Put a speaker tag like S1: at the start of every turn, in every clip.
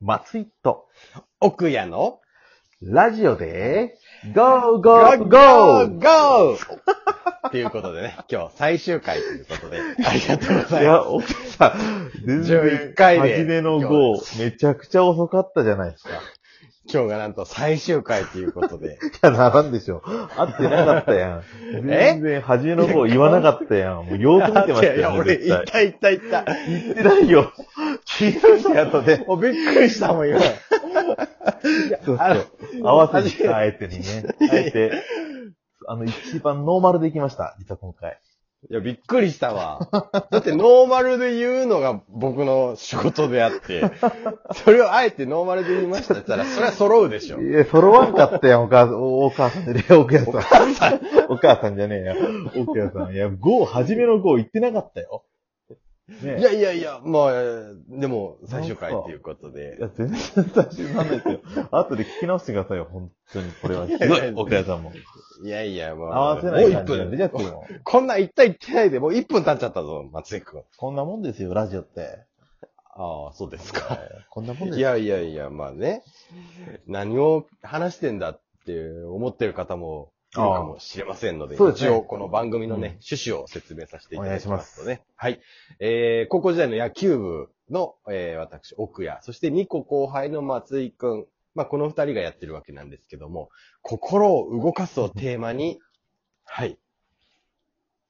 S1: 松井と、
S2: 奥屋の、
S1: ラジオで、ゴーゴーゴー
S2: ゴーっていうことでね、今日最終回ということで、ありがとうござ
S1: い
S2: い
S1: や、
S2: ま
S1: 奥さん、全
S2: 11回で
S1: 初めのゴー、めちゃくちゃ遅かったじゃないですか。
S2: す。今日がなんと最終回ということで、
S1: いや、ならんでしょ。会ってなかった やん。
S2: え
S1: 全然、初めのゴー言わなかったや ん。もう、よーく見てました
S2: いや、
S1: よね、
S2: 俺、
S1: 絶
S2: 言っ
S1: 対。
S2: た言った言った。
S1: 言ってないよ。聞いたし、後で。
S2: もうびっくりしたもん、今。
S1: そう
S2: あ
S1: そう。合わせて、あえてにね。あえて。あの、一番ノーマルで行きました。実は今回。
S2: いや、びっくりしたわ。だってノーマルで言うのが僕の仕事であって、それをあえてノーマルで言いましたって言ったら、それは揃うでしょ。
S1: いや、揃わんかったやん、お母さん、おお母さんでね、 奥屋さん。お母さん。お母さんじゃねえや。奥屋さん。いや、ゴー、初めのゴー言ってなかったよ。ね
S2: いやいやいや、まあ、でも、最終回ということで
S1: い。や、全然最初なんないですよ。後で聞き直してくださいよ、本当に。これはひど
S2: いやいや
S1: い、奥屋さんも。
S2: いやいや、ま
S1: 合
S2: あ、
S1: わせない
S2: もう
S1: 感
S2: 1
S1: じが出
S2: 分。
S1: ちゃってるよ。
S2: こんなん言った言ってないで、もう1分経っちゃったぞ、松井くん。
S1: こんなもんですよ、ラジオって。
S2: ああ、そうですか。
S1: こんなもんです
S2: いやいやいや、まあね。何を話してんだって思ってる方もいるかもしれませんので、
S1: そうですね
S2: 一応この番組のね、
S1: うん
S2: 趣旨を説明させていただきますとね。はい。えー、高校時代の野球部の、えー、私、奥谷、そして2個後輩の松井くん。まあ、この2人がやってるわけなんですけども、心を動かすをテーマに、はい。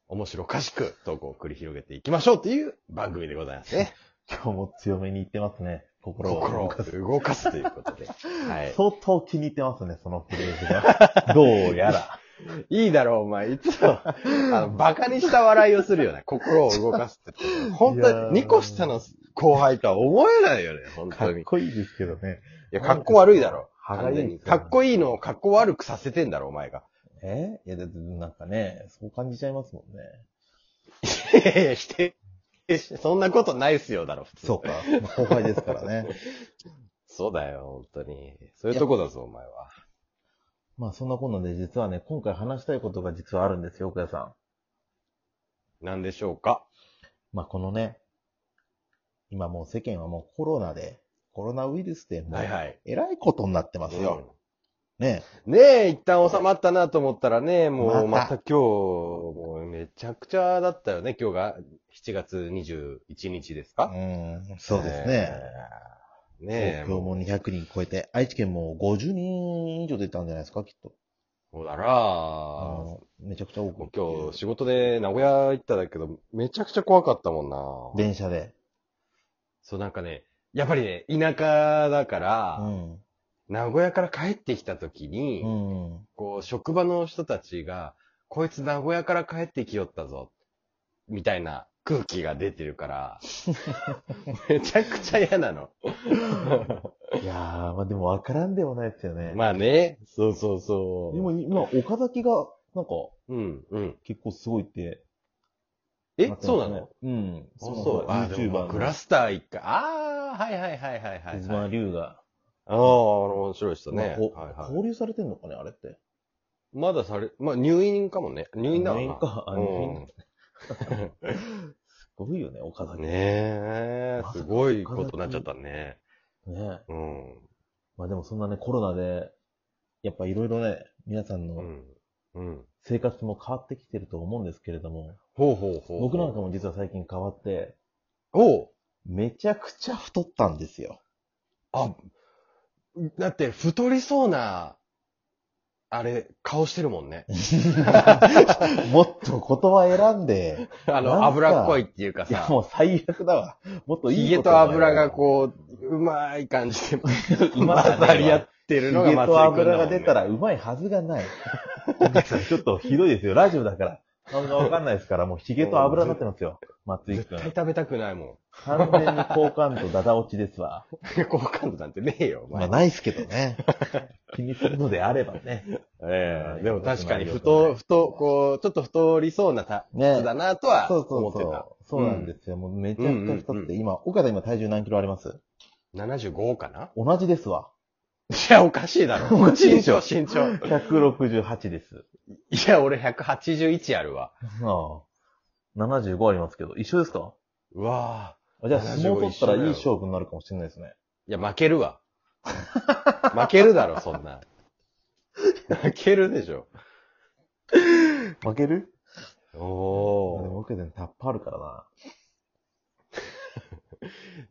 S2: 面白おかしく投稿を繰り広げていきましょうという番組でございますね。
S1: 今日も強めに言ってますね。心を
S2: 心
S1: 動
S2: を
S1: かす。
S2: 動かすということ で。はい。
S1: 相当気に入ってますね、そのフレーズ が。どうやら。
S2: いいだろう、お前。いつも、あの、馬鹿にした笑いをするよね。心を動かすって。本
S1: いや
S2: 当
S1: ー
S2: に、2個下の後輩とは思えないよね、本
S1: か
S2: 当に。
S1: っ
S2: い
S1: こいいですけどね。
S2: や、かっこ悪いだろ。
S1: 歯がいい。
S2: かっこいいのをかっこ悪くさせてんだろ、お前が。
S1: えいや、だってなんかね、そう感じちゃいますもんね。
S2: いやいや、否定。そんなことないっすよ、だろ、普 通。
S1: そうか。後輩ですからね。
S2: そうだよ、本当に。そういうとこだぞ、お前は。
S1: まあそんなこんなで実はね、今回話したいことが実はあるんですよ、奥田さん。
S2: なんでしょうか
S1: まあこのね、今もう世間はもうコロナで、コロナウイルスでもう
S2: はいはい。
S1: えらいことになってますよ。ね。
S2: ねえ、一旦収まったなと思ったらね、もうま
S1: また
S2: た今日、もうめちゃくちゃだったよね。今日が7月21日です
S1: う
S2: か、
S1: ん、そうですね。
S2: えー。ねえ、
S1: 東京
S2: も
S1: も200人超えて、愛知県も50人以上出たんじゃないですか、きっと。
S2: うだら、も
S1: うんめちゃくちゃ多
S2: う
S1: く。
S2: 今日仕事で名古屋行ったんだけど、めちゃくちゃ怖かったもんな。
S1: 電車で。
S2: そうなんかね、やっぱりね、田舎だか
S1: う
S2: ら、
S1: ん。
S2: 名古屋から帰ってきた時に、
S1: うん。
S2: こう、職場の人たちが、こいつ名古屋から帰ってきよったぞ、みたいな空気が出て るから、めちゃくちゃ嫌なの。
S1: いやー、まあでも分からんではないですよね。
S2: まあね、そうそうそう。
S1: でも今、岡崎が、なんか、
S2: うん、うん。
S1: 結構すごいって。
S2: え、
S1: なってますね
S2: そうなの
S1: うん。
S2: あそう。あ、でもま
S1: YouTuber
S2: あクラスター一回。ああ、はいはいはいはいはい、
S1: 手
S2: は
S1: 島
S2: い。
S1: 龍が、
S2: ああ、面白い人
S1: まあ
S2: ね。
S1: こ
S2: はいはい。
S1: 交流されてんのかね、あれって。
S2: まだされ、まあ入院かもね。入院だわな。
S1: 入院か。あ
S2: うん
S1: 入院 なんですねすごいよね、岡崎。
S2: ねえ、すごいことになっちゃったね。
S1: ね
S2: うん。
S1: まあでもそんなね、コロナで、やっぱいろいろね、皆さん
S2: う
S1: の
S2: ん。うん。
S1: 生活も変わってきてると思うんですけれども、
S2: ほうほうほう。
S1: 僕なんかも実は最近変わって、
S2: おう
S1: めちゃくちゃ太ったんですよ。
S2: あ、だって太りそうな、あれ、顔してるもんね。
S1: もっと言葉選んで、
S2: あ
S1: なん
S2: の、
S1: か
S2: 脂っこいっていうか
S1: いや
S2: さ、
S1: もう最悪だわ。もっといい
S2: ヒゲと油がこう、うまい感じで、
S1: う
S2: 混
S1: まさね
S2: ざり合ってるのが
S1: ヒゲ
S2: 松井
S1: と油が
S2: 君
S1: 出
S2: だ
S1: た
S2: もんね
S1: らうまいはずが ない。ちょっとひどいですよ。ラジオだから。顔がわかんないですから、もうヒゲと油になってますよ。松井
S2: 絶
S1: くん
S2: 対。食べたくない も
S1: 完全に好感度ダダ落ちですわ。
S2: ん。好感度なんてねえよ、お
S1: まあ
S2: 前。
S1: ないっすけどね。気にするのであればね。
S2: ええでも確かに
S1: まあ
S2: 太、太、こう、ちょっと太りそうなた、
S1: ね
S2: だなとは
S1: そ
S2: 思っ
S1: うそう
S2: てた。
S1: そう。そうなんですよ。もうめちゃくちゃ太
S2: うん
S1: っ
S2: うんう
S1: て、今、岡田今体重何キロあります
S2: 75かな
S1: 同じですわ。
S2: いや、おかしいだろ。
S1: おかしいでしょ
S2: 身長、身長。
S1: 168です。
S2: いや、俺181あるわ。
S1: ああ。75ありますけど、一緒ですか
S2: うわ
S1: あじゃあ、相撲
S2: 75
S1: 取ったらいい勝負になるかもしれないですね。
S2: いや、負けるわ。負けるだろ、そんな。負けるでしょ。
S1: 負ける
S2: お
S1: あでも
S2: ー。
S1: 奥でもタッパあるからな。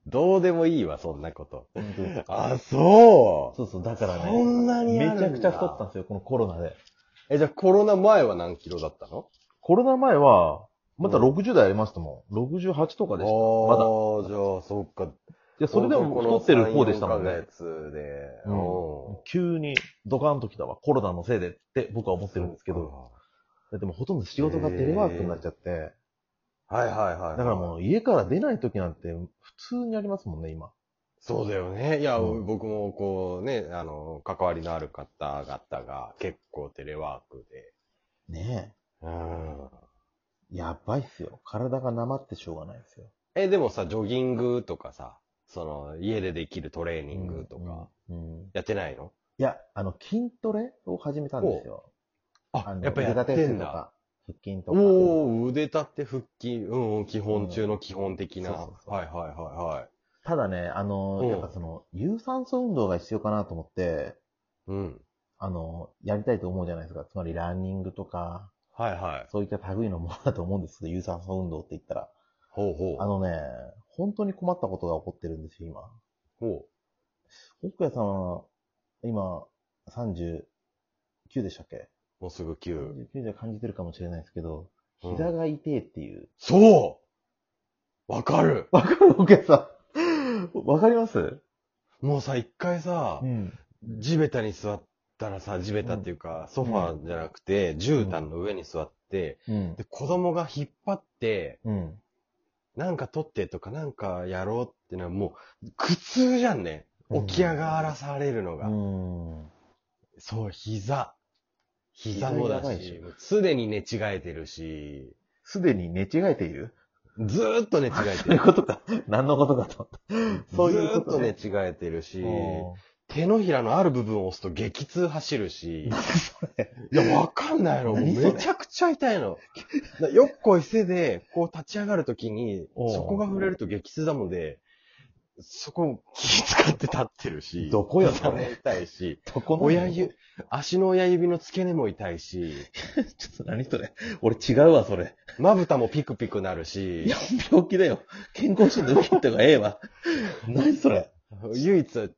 S2: どうでもいいわ、そんなこと。
S1: 本当に
S2: あ、そ
S1: そうそう、だからね。
S2: そんなにあるん
S1: めち
S2: だ
S1: ゃくちゃ太ったんですよ、このコロナで。
S2: う。え、じゃあコロナ前は何キロだったの
S1: コロナ前は、また
S2: うん
S1: 60代ありましたもん。68とかでした。まだ。い
S2: おー、じゃあ、そっか。
S1: や、それでも太ってる方でしたもん
S2: この3 4
S1: ね
S2: ヶ。月で。
S1: うん
S2: お
S1: 急にドカンときたわ。コロナのせいでって僕は思ってるんですけど。
S2: ど。
S1: だってもうほとんど仕事がテレワークになっちゃって。
S2: はいはいはい。
S1: だからもう家から出ない時なんて普通にありますもんね、今。
S2: そうだよね。いや、
S1: うん
S2: 僕もこうね、あの、関わりのある方々が結構テレワークで。
S1: ね
S2: うん。
S1: え。やばいっすよ。体がなまってしょうがないですよ。
S2: え、でもさ、ジョギングとかさ、その、家でできるトレーニングとか、
S1: うん。うん
S2: やってないの、
S1: いや、あの、筋トレを始めたんですよ。あ
S2: あ
S1: の、
S2: やっぱやっ
S1: 腕
S2: て
S1: 立て伏
S2: ん
S1: せと
S2: だ。
S1: か、腹筋とか。
S2: おお腕立て腹筋、うんうん、基本中の基本的な。
S1: うんそうそうそう
S2: はいはいはいはい。
S1: ただね、あの、
S2: うん
S1: やっぱその、有酸素運動が必要かなと思って、
S2: うん。
S1: あの、やりたいと思うじゃないですか。つまり、ランニングとか、
S2: はいはい。
S1: そういった類のものだと思うんですけど、有酸素運動って言ったら。
S2: ほうほう。
S1: あのね、本当に困ったことが起こってるんですよ、今。
S2: ほ
S1: 奥谷さんは、今、39でしたっけ
S2: う。もうすぐ9。
S1: ?39 で感じてるかもしれないですけど、
S2: うん
S1: 膝が痛いっていう。
S2: そうわかる
S1: 奥谷さん、わかります
S2: もうさ、一回さ、
S1: ん。
S2: 地べたに座ったらさ、地べたっていうか、ソファーじゃなくて、絨毯の上に座って、
S1: うん
S2: で、。子供が引っ張って、
S1: うん。
S2: なんか取ってとか、なんかやろうってのはもう、苦痛じゃんね。起き上がらされるのが。
S1: うん。
S2: そう、膝。膝もだ
S1: 膝やばい
S2: し
S1: でしょ、
S2: すでに寝違えてるし、
S1: すでに寝違えている
S2: ずーっと寝違え
S1: そう
S2: て
S1: いう
S2: る。
S1: ことか。何のことかと思った。 そう
S2: ず
S1: いう
S2: ー
S1: こ
S2: っと
S1: と
S2: 寝違
S1: ね。
S2: えてるし、
S1: うん
S2: 手のひらのある部分を押すと激痛走 るし、
S1: それ。
S2: いや、わかんないの。
S1: 何そ
S2: め
S1: れ
S2: ちゃくちゃ痛いの。だよっこいせで、こう立ち上がるときに、
S1: おう
S2: そこが触れると激痛だもんで、そこ気使って立ってるし、
S1: どこよ
S2: 膝
S1: そ
S2: も
S1: れ
S2: 痛いし、
S1: どこの
S2: 親指、足の親指の付け根も痛いし、
S1: ちょっと何それ。俺違うわ、それ。
S2: まぶたもピクピクなる
S1: い
S2: し
S1: や、、病気だよ。健康診断受けた方がええわ。何それ。
S2: 唯一、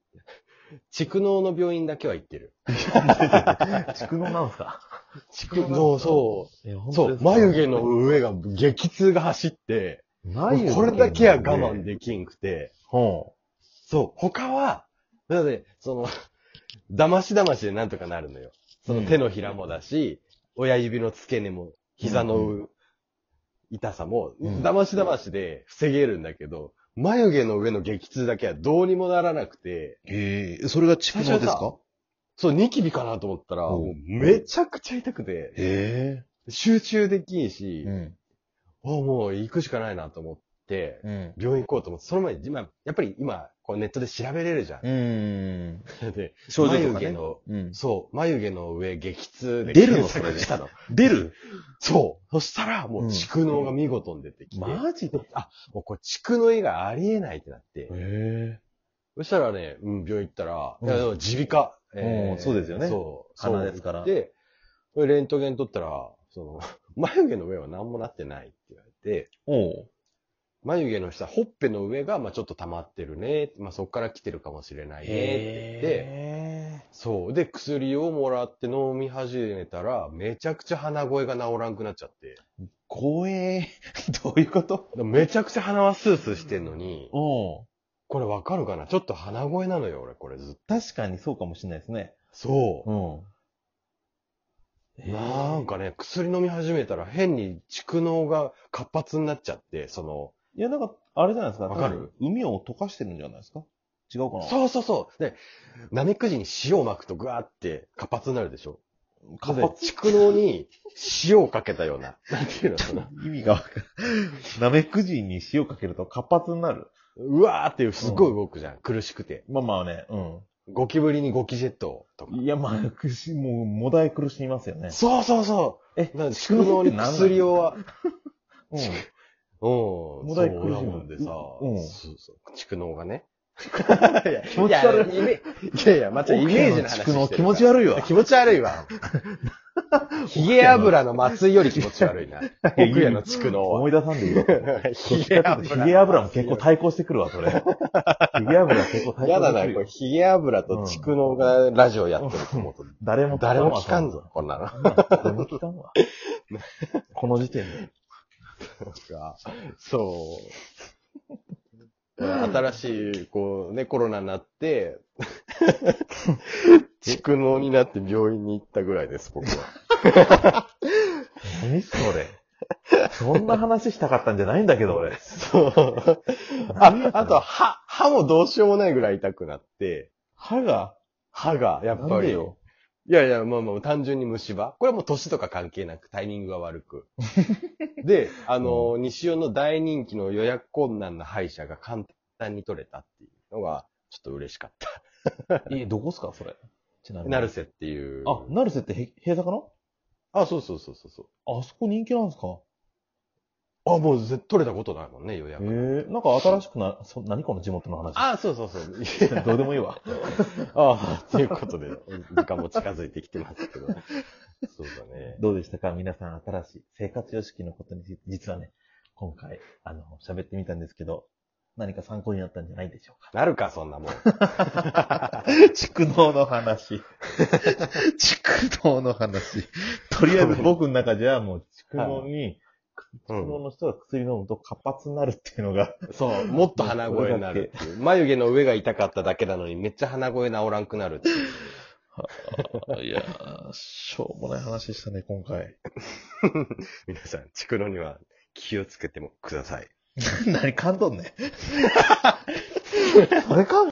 S2: 蓄能の病院だけは行ってる。
S1: 蓄能なんすか。
S2: 蓄能、そう
S1: え
S2: う。
S1: 本
S2: そ
S1: 当
S2: う
S1: で、すか
S2: 眉毛の上が激痛が走って、
S1: 眉毛の
S2: これだけは我慢できんくて、
S1: ほ
S2: そう、他は、なので、その、騙し騙しでなんとかなるのよ。その手のひらもだし、親指の付け根も、膝
S1: うん
S2: の痛さも、
S1: うん
S2: 騙し騙しで防げるんだけど、眉毛の上の激痛だけはどうにもならなくて、
S1: う。ええ、それが蓄
S2: 能ですかそう、ニキビかなと思ったら、
S1: うん
S2: もうめちゃくちゃ痛くて、
S1: え
S2: 集中できんし、
S1: うん。
S2: あもう行くしかないなと思って、
S1: うん。
S2: 病院行こうと思って、その前に、今、やっぱり今、こうネットで調べれるじゃん。
S1: うん。
S2: で
S1: 症状とかね
S2: 眉毛の
S1: うん。
S2: そう、眉毛の上激痛で
S1: 出るの
S2: 検索
S1: それで
S2: したの。
S1: 出る
S2: そう。そしたら、もう、
S1: うん
S2: 蓄能が見事に出てきて。
S1: マジで
S2: あ、もうこれ、蓄能以外ありえないってなって。
S1: え
S2: そしたらね、うん、病院行ったら、
S1: うん
S2: いや、でも耳鼻科。
S1: うんそうですよね
S2: そう。
S1: 鼻ですから
S2: で、これレントゲン取ったら、その、 眉毛の上は何もなってないって言われて、
S1: おう。
S2: 眉毛の下、ほっぺの上が、まあちょっと溜まってるね。まあそっから来てるかもしれないね。って言って、
S1: え
S2: そう。で、薬をもらって飲み始めたら、めちゃくちゃ鼻声が治らんくなっちゃって。
S1: 怖え。 どういうこと
S2: めちゃくちゃ鼻はスースーしてんのに、
S1: おう。
S2: これわかるかなちょっと鼻声なのよ、俺、これずっと。
S1: 確かにそうかもしれないですね。
S2: そう。
S1: ん。
S2: なんかね、薬飲み始めたら変に蓄能が活発になっちゃって、その、
S1: いや、なんか、あれじゃないですか。
S2: わかる
S1: 多分海を溶かしてるんじゃないですか違うかな
S2: そうそうそう。で、ナメクジに塩を巻くとグワーって活発になるでしょ
S1: う。
S2: それで蓄能に塩をかけたような、なんていうのかな。
S1: 意味がわかる。 ナメクジに塩かけると活発になる。
S2: うわーってすっごい動くじゃん、苦しくて。
S1: まあまあね、うん。
S2: ゴキブリにゴキジェットとか。
S1: いや、まあ、苦し、もう、もだえ苦しみますよね。
S2: そうそうそう。
S1: え
S2: なんか宿能に薬をは、
S1: うん。
S2: うん。
S1: もだえ苦しむ
S2: そうなんでさ、
S1: うん
S2: そうそう。蓄能がね。 いや
S1: 気持ち悪い
S2: いや。イメいやいや、まっちゃんイメージの話してるから。
S1: 気持ち悪いわ。
S2: 気持ち悪 いわ。ヒゲ油の松井より気持ち悪いな。 奥屋の地区の。
S1: 思い出さんでいいわ。
S2: ヒ
S1: ヒゲ油も結構対抗してくるわ、それ。ヒゲ油結構対抗してくる。
S2: やだな、これ、ヒゲ油と蓄能がラジオやってると思うと、
S1: 誰も
S2: 誰も聞かんぞ、こんなの。
S1: そんなの。誰も聞か んわ。この時点で。
S2: そう。新しい、こうね、コロナにな って、蓄能になって病院に行ったぐらいです、僕は。
S1: 何それ。そんな話したかったんじゃないんだけど、俺。
S2: そう。あ、あと、歯、歯もどうしようもないぐらい痛くなって、
S1: 歯が
S2: 歯が、やっ
S1: な
S2: ぱ
S1: んで
S2: り。
S1: よ
S2: いやいや、まあまあ、単純に虫歯。これはもう年とか関係なく、タイミングが悪く。で、あの、西尾の大人気の予約困難な歯医者が簡単に取れたっていうのが、ちょっと嬉しかった。
S1: え、どこっすか、それ。ちなみに。
S2: 成瀬っていう。
S1: あ、ナルセってへ閉鎖かな
S2: あ、そうそうそうそうそう。
S1: あそこ人気なんですか
S2: あ、もうぜ取れたことないもんね、予
S1: え
S2: 約。
S1: ー、なんか新しくな、そ何この地元の話。
S2: あ、そうそうそう。
S1: どうでもいいわ。
S2: ああ、ということで、 時間も近づいてきてますけど。そうだね。
S1: どうでしたか皆さん、新しい生活様式のことについて、実はね、今回、あの、喋ってみたんですけど、何か参考になったんじゃないでしょうか。
S2: なるか、そんなもん。
S1: 畜能の話。畜能の話。とりあえず僕の中じゃもう畜能に、
S2: う
S1: 畜能
S2: ん、
S1: の人が薬飲むと活発になるっていうのが、
S2: そう、もっと鼻声になるっていう。眉毛の上が痛かっただけなのに、めっちゃ鼻声治らんくなるっていう。
S1: いやー、しょうもない話でしたね、今回。
S2: 皆さん、蓄能には気をつけてもください。
S1: 何、かんどんね。それかん